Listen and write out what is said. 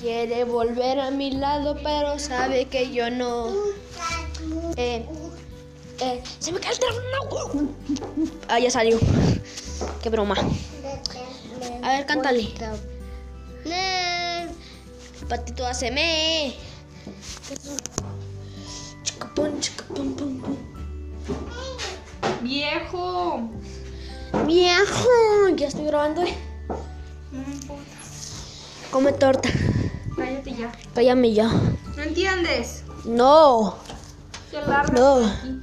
Quiere volver a mi lado, pero sabe que yo no. Eh, eh, se me cae el teléfono. Ah, ya salió. Qué broma. A ver, cántale. Patito hace me. Chicapón, chicapón, pum, pum. Viejo. Viejo, ya estoy grabando. eh. No me importa. Come torta. Cállate ya. Cállame ya. ¿No entiendes? No, Te largas no. de aquí.